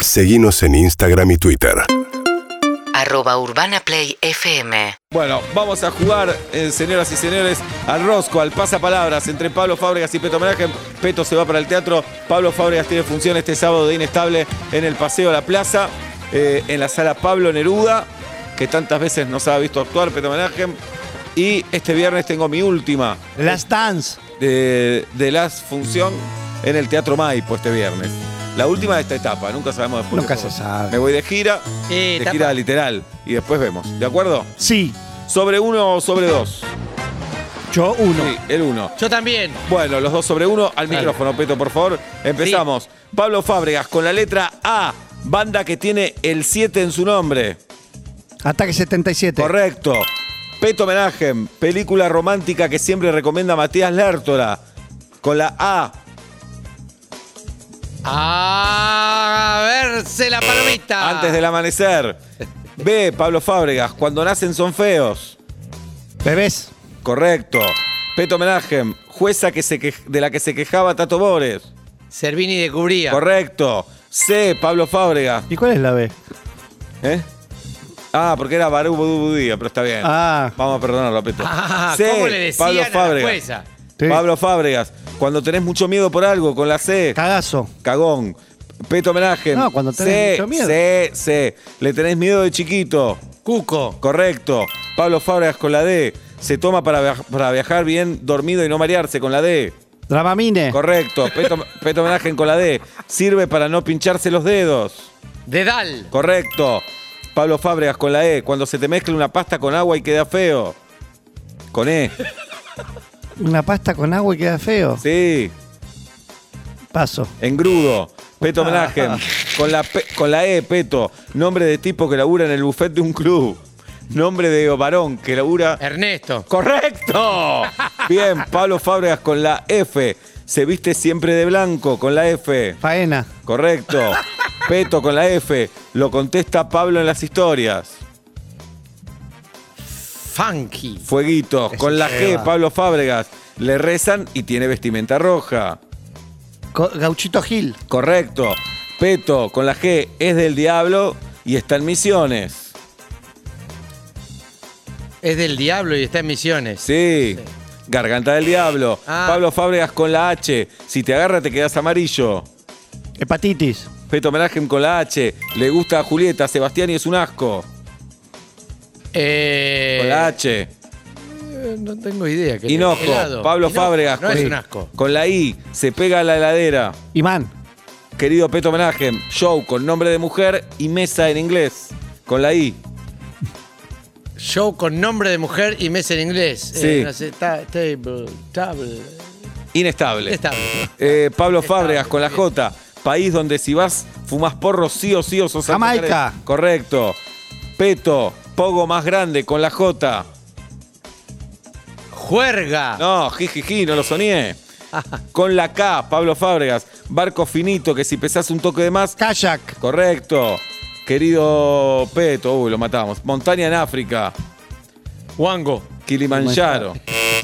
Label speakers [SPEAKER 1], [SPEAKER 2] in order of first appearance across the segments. [SPEAKER 1] Seguimos en Instagram y Twitter.
[SPEAKER 2] arroba urbanaplayfm
[SPEAKER 3] Bueno, vamos a jugar, eh, señoras y señores, al Rosco, al pasapalabras entre Pablo Fábregas y Peto Homenaje. Peto se va para el teatro. Pablo Fábregas tiene función este sábado de Inestable en el Paseo a la Plaza, eh, en la sala Pablo Neruda, que tantas veces nos ha visto actuar Peto Homenaje. Y este viernes tengo mi última
[SPEAKER 4] Las Dance.
[SPEAKER 3] de, de las función en el Teatro Maipo este viernes. La última de esta etapa, nunca sabemos después.
[SPEAKER 4] Nunca
[SPEAKER 3] de
[SPEAKER 4] se
[SPEAKER 3] todo.
[SPEAKER 4] sabe.
[SPEAKER 3] Me voy de gira,
[SPEAKER 5] Eh,
[SPEAKER 3] de
[SPEAKER 5] etapa.
[SPEAKER 3] gira literal, y después vemos. ¿De acuerdo?
[SPEAKER 4] Sí,
[SPEAKER 3] ¿Sobre uno o sobre dos?
[SPEAKER 4] yo uno.
[SPEAKER 3] Sí, el uno.
[SPEAKER 5] Yo también.
[SPEAKER 3] Bueno, los dos sobre uno. Al
[SPEAKER 5] Claro.
[SPEAKER 3] micrófono, Peto, por favor. Empezamos. Pablo Fábregas con la letra A, banda que tiene el 7 en su nombre.
[SPEAKER 4] Ataque 77.
[SPEAKER 3] Correcto. Peto Homenaje, película romántica que siempre recomienda Matías Lértola. Con la A,
[SPEAKER 5] A verse la palomita.
[SPEAKER 3] antes del amanecer. B, Pablo Fábregas, cuando nacen son feos.
[SPEAKER 4] Bebés.
[SPEAKER 3] Correcto. Peto Homenaje, jueza que se quej- de la que se quejaba Tato Bores.
[SPEAKER 5] Servini de Cubría.
[SPEAKER 3] Correcto. C, Pablo Fábregas.
[SPEAKER 4] ¿Y cuál es la B?
[SPEAKER 3] ¿Eh? Ah, porque era Barú Budú Budía, pero está bien.
[SPEAKER 4] Ah.
[SPEAKER 3] Vamos a perdonarlo, Peto.
[SPEAKER 5] Ah,
[SPEAKER 3] C,
[SPEAKER 5] ¿cómo le decían
[SPEAKER 3] Pablo
[SPEAKER 5] a la
[SPEAKER 3] Fábregas.
[SPEAKER 5] jueza?
[SPEAKER 4] Sí.
[SPEAKER 3] Pablo Fábregas. Cuando tenés mucho miedo por algo, con la C.
[SPEAKER 4] Cagazo.
[SPEAKER 3] Cagón. Peto homenaje.
[SPEAKER 4] No, cuando tenés
[SPEAKER 3] C,
[SPEAKER 4] mucho miedo.
[SPEAKER 3] C, C. Le tenés miedo de chiquito.
[SPEAKER 5] Cuco.
[SPEAKER 3] Correcto. Pablo Fábregas con la D. Se toma para, viaj- para viajar bien dormido y no marearse con la D.
[SPEAKER 4] Dramamine.
[SPEAKER 3] Correcto. Peto, Peto homenaje con la D. Sirve para no pincharse los dedos.
[SPEAKER 5] Dedal.
[SPEAKER 3] Correcto. Pablo Fábregas con la E. Cuando se te mezcla una pasta con agua y queda feo. Con E.
[SPEAKER 4] Una pasta con agua y queda feo.
[SPEAKER 3] Sí.
[SPEAKER 4] Paso.
[SPEAKER 3] Engrudo. Peto homenaje. Con la, P- con la E, Peto. Nombre de tipo que labura en el buffet de un club. Nombre de varón que labura.
[SPEAKER 5] Ernesto.
[SPEAKER 3] ¡Correcto! Bien, Pablo Fábregas con la F. Se viste siempre de blanco con la F.
[SPEAKER 4] Faena.
[SPEAKER 3] Correcto. Peto con la F. Lo contesta Pablo en las historias.
[SPEAKER 5] Funky.
[SPEAKER 3] Fueguitos, con la G,
[SPEAKER 4] lleva.
[SPEAKER 3] Pablo Fábregas. Le rezan y tiene vestimenta roja.
[SPEAKER 4] Co- Gauchito Gil.
[SPEAKER 3] Correcto. Peto, con la G, es del diablo y está en misiones.
[SPEAKER 5] Es del diablo y está en misiones.
[SPEAKER 3] Sí. Garganta del diablo.
[SPEAKER 5] Ah.
[SPEAKER 3] Pablo Fábregas con la H. Si te agarra te quedas amarillo.
[SPEAKER 4] Hepatitis.
[SPEAKER 3] Peto homenaje con la H. Le gusta a Julieta, Sebastián y es un asco.
[SPEAKER 5] Eh,
[SPEAKER 3] Con la H.
[SPEAKER 5] eh, no tengo idea. qué
[SPEAKER 3] Hinojo,
[SPEAKER 5] helado.
[SPEAKER 3] Pablo
[SPEAKER 5] Hinojo,
[SPEAKER 3] Fábregas.
[SPEAKER 5] No
[SPEAKER 3] con-
[SPEAKER 5] es un asco.
[SPEAKER 3] Con la I. Se pega a la heladera.
[SPEAKER 4] Imán.
[SPEAKER 3] Querido Peto Homenaje, show con nombre de mujer y mesa en inglés. Con la I.
[SPEAKER 5] Show con nombre de mujer y mesa en inglés. Eh,
[SPEAKER 3] Sí.
[SPEAKER 5] no sé, ta- table, table.
[SPEAKER 3] Inestable.
[SPEAKER 5] Estable.
[SPEAKER 3] Eh, Pablo
[SPEAKER 5] Estable,
[SPEAKER 3] Fábregas con la
[SPEAKER 5] bien.
[SPEAKER 3] J. País donde si vas, fumas porro sí o sí o sos
[SPEAKER 4] Jamaica.
[SPEAKER 3] santanero. Correcto. Peto, pogo más grande con la J.
[SPEAKER 5] Juerga.
[SPEAKER 3] No, jijiji, no lo soñé. Con la K, Pablo Fábregas. Barco finito que si pesás un toque de más.
[SPEAKER 4] Kayak.
[SPEAKER 3] Correcto. Querido Peto, uy, lo matamos. Montaña en África.
[SPEAKER 5] Wango.
[SPEAKER 3] Kilimanjaro.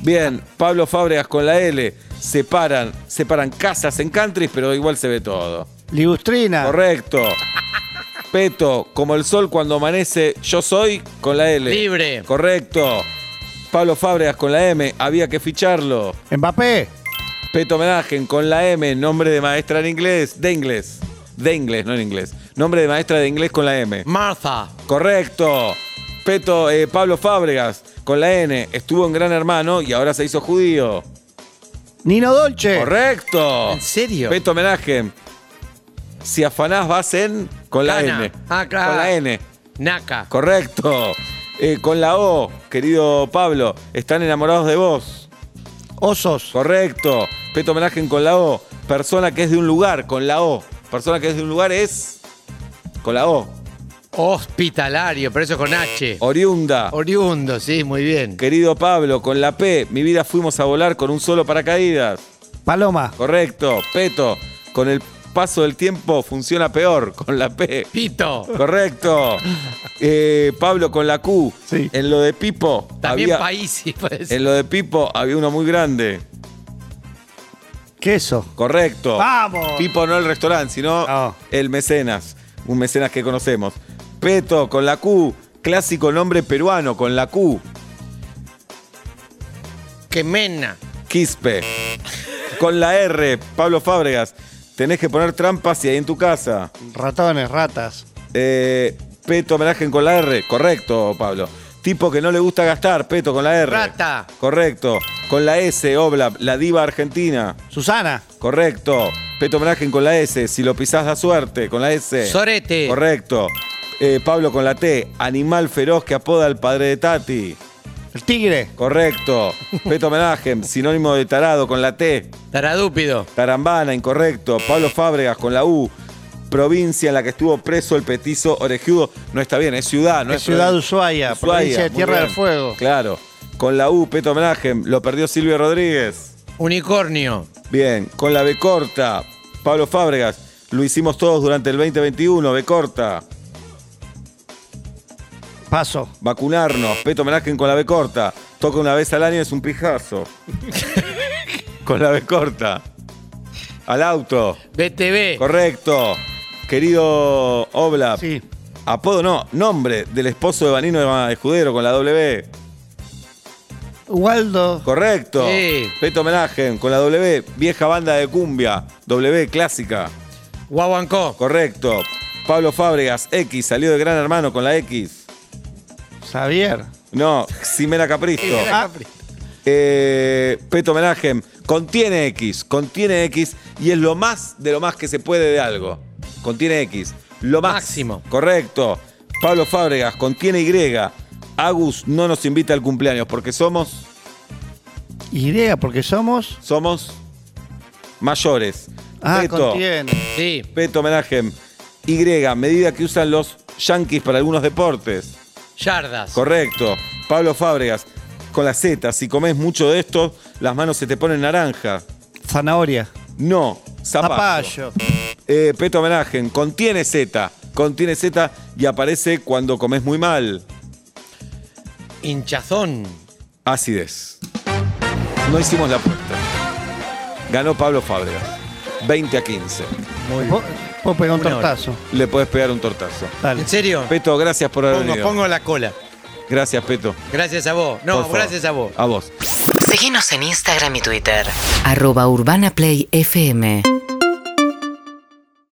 [SPEAKER 3] Bien, Pablo Fábregas con la L. Separan, separan casas en countries, pero igual se ve todo.
[SPEAKER 4] Ligustrina.
[SPEAKER 3] Correcto. Peto, como el sol cuando amanece, yo soy con la L.
[SPEAKER 5] Libre.
[SPEAKER 3] Correcto. Pablo Fábregas con la M, había que ficharlo.
[SPEAKER 4] Mbappé.
[SPEAKER 3] Peto Homenaje con la M, nombre de maestra en inglés, de inglés. De inglés, no en inglés. Nombre de maestra de inglés con la M.
[SPEAKER 5] Martha.
[SPEAKER 3] Correcto. Peto, eh, Pablo Fábregas, con la N, estuvo en Gran Hermano y ahora se hizo judío.
[SPEAKER 4] Nino Dolce.
[SPEAKER 3] Correcto.
[SPEAKER 5] ¿En serio?
[SPEAKER 3] Peto homenaje. Si afanás vas en, con la
[SPEAKER 5] Cana.
[SPEAKER 3] N.
[SPEAKER 5] Ah, claro.
[SPEAKER 3] Con la N.
[SPEAKER 5] Naka.
[SPEAKER 3] Correcto. Eh, con la O, querido Pablo, están enamorados de vos.
[SPEAKER 4] Osos.
[SPEAKER 3] Correcto. Peto homenaje con la O. Persona que es de un lugar, con la O. Persona que es de un lugar es. Con la O.
[SPEAKER 5] Hospitalario, pero eso es con H.
[SPEAKER 3] Oriunda.
[SPEAKER 5] Oriundo, sí, muy bien.
[SPEAKER 3] Querido Pablo, con la P, mi vida fuimos a volar con un solo paracaídas.
[SPEAKER 4] Paloma.
[SPEAKER 3] Correcto. Peto, con el paso del tiempo funciona peor, con la P.
[SPEAKER 5] Pito.
[SPEAKER 3] Correcto. Eh, Pablo, con la Q.
[SPEAKER 4] Sí.
[SPEAKER 3] En lo de Pipo.
[SPEAKER 5] También
[SPEAKER 3] había,
[SPEAKER 5] Paisi, parece.
[SPEAKER 3] En lo de Pipo había uno muy grande.
[SPEAKER 4] Queso.
[SPEAKER 3] Correcto.
[SPEAKER 4] ¡Vamos!
[SPEAKER 3] Pipo no el restaurante, sino
[SPEAKER 4] No.
[SPEAKER 3] el mecenas. un mecenas que conocemos. Peto con la Q, clásico nombre peruano con la Q,
[SPEAKER 5] Quemena.
[SPEAKER 3] Quispe. Con la R, Pablo Fábregas, tenés que poner trampas y ahí en tu casa.
[SPEAKER 4] Ratones, ratas.
[SPEAKER 3] Eh, Peto homenaje con la R, correcto, Pablo. Tipo que no le gusta gastar, Peto con la R.
[SPEAKER 5] Rata.
[SPEAKER 3] Correcto. Con la S, Obla, la diva argentina.
[SPEAKER 4] Susana.
[SPEAKER 3] Correcto. Peto homenaje con la S, si lo pisás da suerte, con la S.
[SPEAKER 5] Sorete.
[SPEAKER 3] Correcto. Eh, Pablo con la T, animal feroz que apoda al padre de Tati.
[SPEAKER 4] El tigre.
[SPEAKER 3] Correcto. Peto homenaje, sinónimo de tarado con la T.
[SPEAKER 5] Taradúpido.
[SPEAKER 3] Tarambana, incorrecto. Pablo Fábregas con la U. Provincia en la que estuvo preso el petizo orejudo. No está bien, es ciudad, ¿no?
[SPEAKER 4] Es ciudad de
[SPEAKER 3] provincia.
[SPEAKER 4] Ushuaia, provincia de
[SPEAKER 3] muy
[SPEAKER 4] Tierra
[SPEAKER 3] bien.
[SPEAKER 4] del Fuego.
[SPEAKER 3] Claro. Con la U, Peto Homenaje, lo perdió Silvio Rodríguez.
[SPEAKER 5] Unicornio.
[SPEAKER 3] Bien. Con la B corta, Pablo Fábregas. Lo hicimos todos durante el 2021, B corta.
[SPEAKER 4] Paso.
[SPEAKER 3] Vacunarnos, Peto Homenaje con la B corta. Toca una vez al año, es un pijazo. con la B corta. Al auto. Eh.
[SPEAKER 5] BTV.
[SPEAKER 3] Correcto. Querido Obla.
[SPEAKER 4] Sí.
[SPEAKER 3] Apodo no, nombre del esposo de Vanino Escudero con la W.
[SPEAKER 4] Waldo.
[SPEAKER 3] Correcto.
[SPEAKER 5] Sí.
[SPEAKER 3] Peto homenaje con la W. Vieja banda de cumbia. W clásica.
[SPEAKER 5] Guaguancó.
[SPEAKER 3] Correcto. Pablo Fábregas, X, salió de Gran Hermano con la X.
[SPEAKER 4] Xavier.
[SPEAKER 3] No, Ximena Capristo.
[SPEAKER 4] Ah,
[SPEAKER 3] Eh, Peto homenaje contiene X, contiene X y es lo más de lo más que se puede de algo. Contiene X, lo más.
[SPEAKER 5] Máximo.
[SPEAKER 3] Correcto. Pablo Fábregas, contiene Y. Agus no nos invita al cumpleaños porque somos,
[SPEAKER 4] Y porque somos.
[SPEAKER 3] somos mayores.
[SPEAKER 4] Ah,
[SPEAKER 3] Peto,
[SPEAKER 4] contiene.
[SPEAKER 5] Sí.
[SPEAKER 3] Peto homenaje Y, medida que usan los yanquis para algunos deportes.
[SPEAKER 5] Yardas.
[SPEAKER 3] Correcto. Pablo Fábregas, con la Z, si comes mucho de esto, las manos se te ponen naranja.
[SPEAKER 4] Zanahoria.
[SPEAKER 3] No, zapallo.
[SPEAKER 4] Zapallo.
[SPEAKER 3] Eh, Peto homenaje, contiene Z, contiene Z y aparece cuando comes muy mal.
[SPEAKER 5] Hinchazón.
[SPEAKER 3] Acidez. No hicimos la apuesta. Ganó Pablo Fábregas. 20 a 15.
[SPEAKER 4] Vos vos pegá un
[SPEAKER 5] Una hora.
[SPEAKER 4] tortazo.
[SPEAKER 3] Le podés pegar un tortazo.
[SPEAKER 4] Dale.
[SPEAKER 5] ¿En serio?
[SPEAKER 3] Peto, gracias por haber
[SPEAKER 5] Pongo,
[SPEAKER 3] venido.
[SPEAKER 5] pongo la cola.
[SPEAKER 3] Gracias, Peto.
[SPEAKER 5] Gracias a vos.
[SPEAKER 3] Por
[SPEAKER 5] No,
[SPEAKER 3] favor.
[SPEAKER 5] gracias a vos.
[SPEAKER 3] A vos.
[SPEAKER 2] Seguinos en Instagram y Twitter. Arroba Urbana Play FM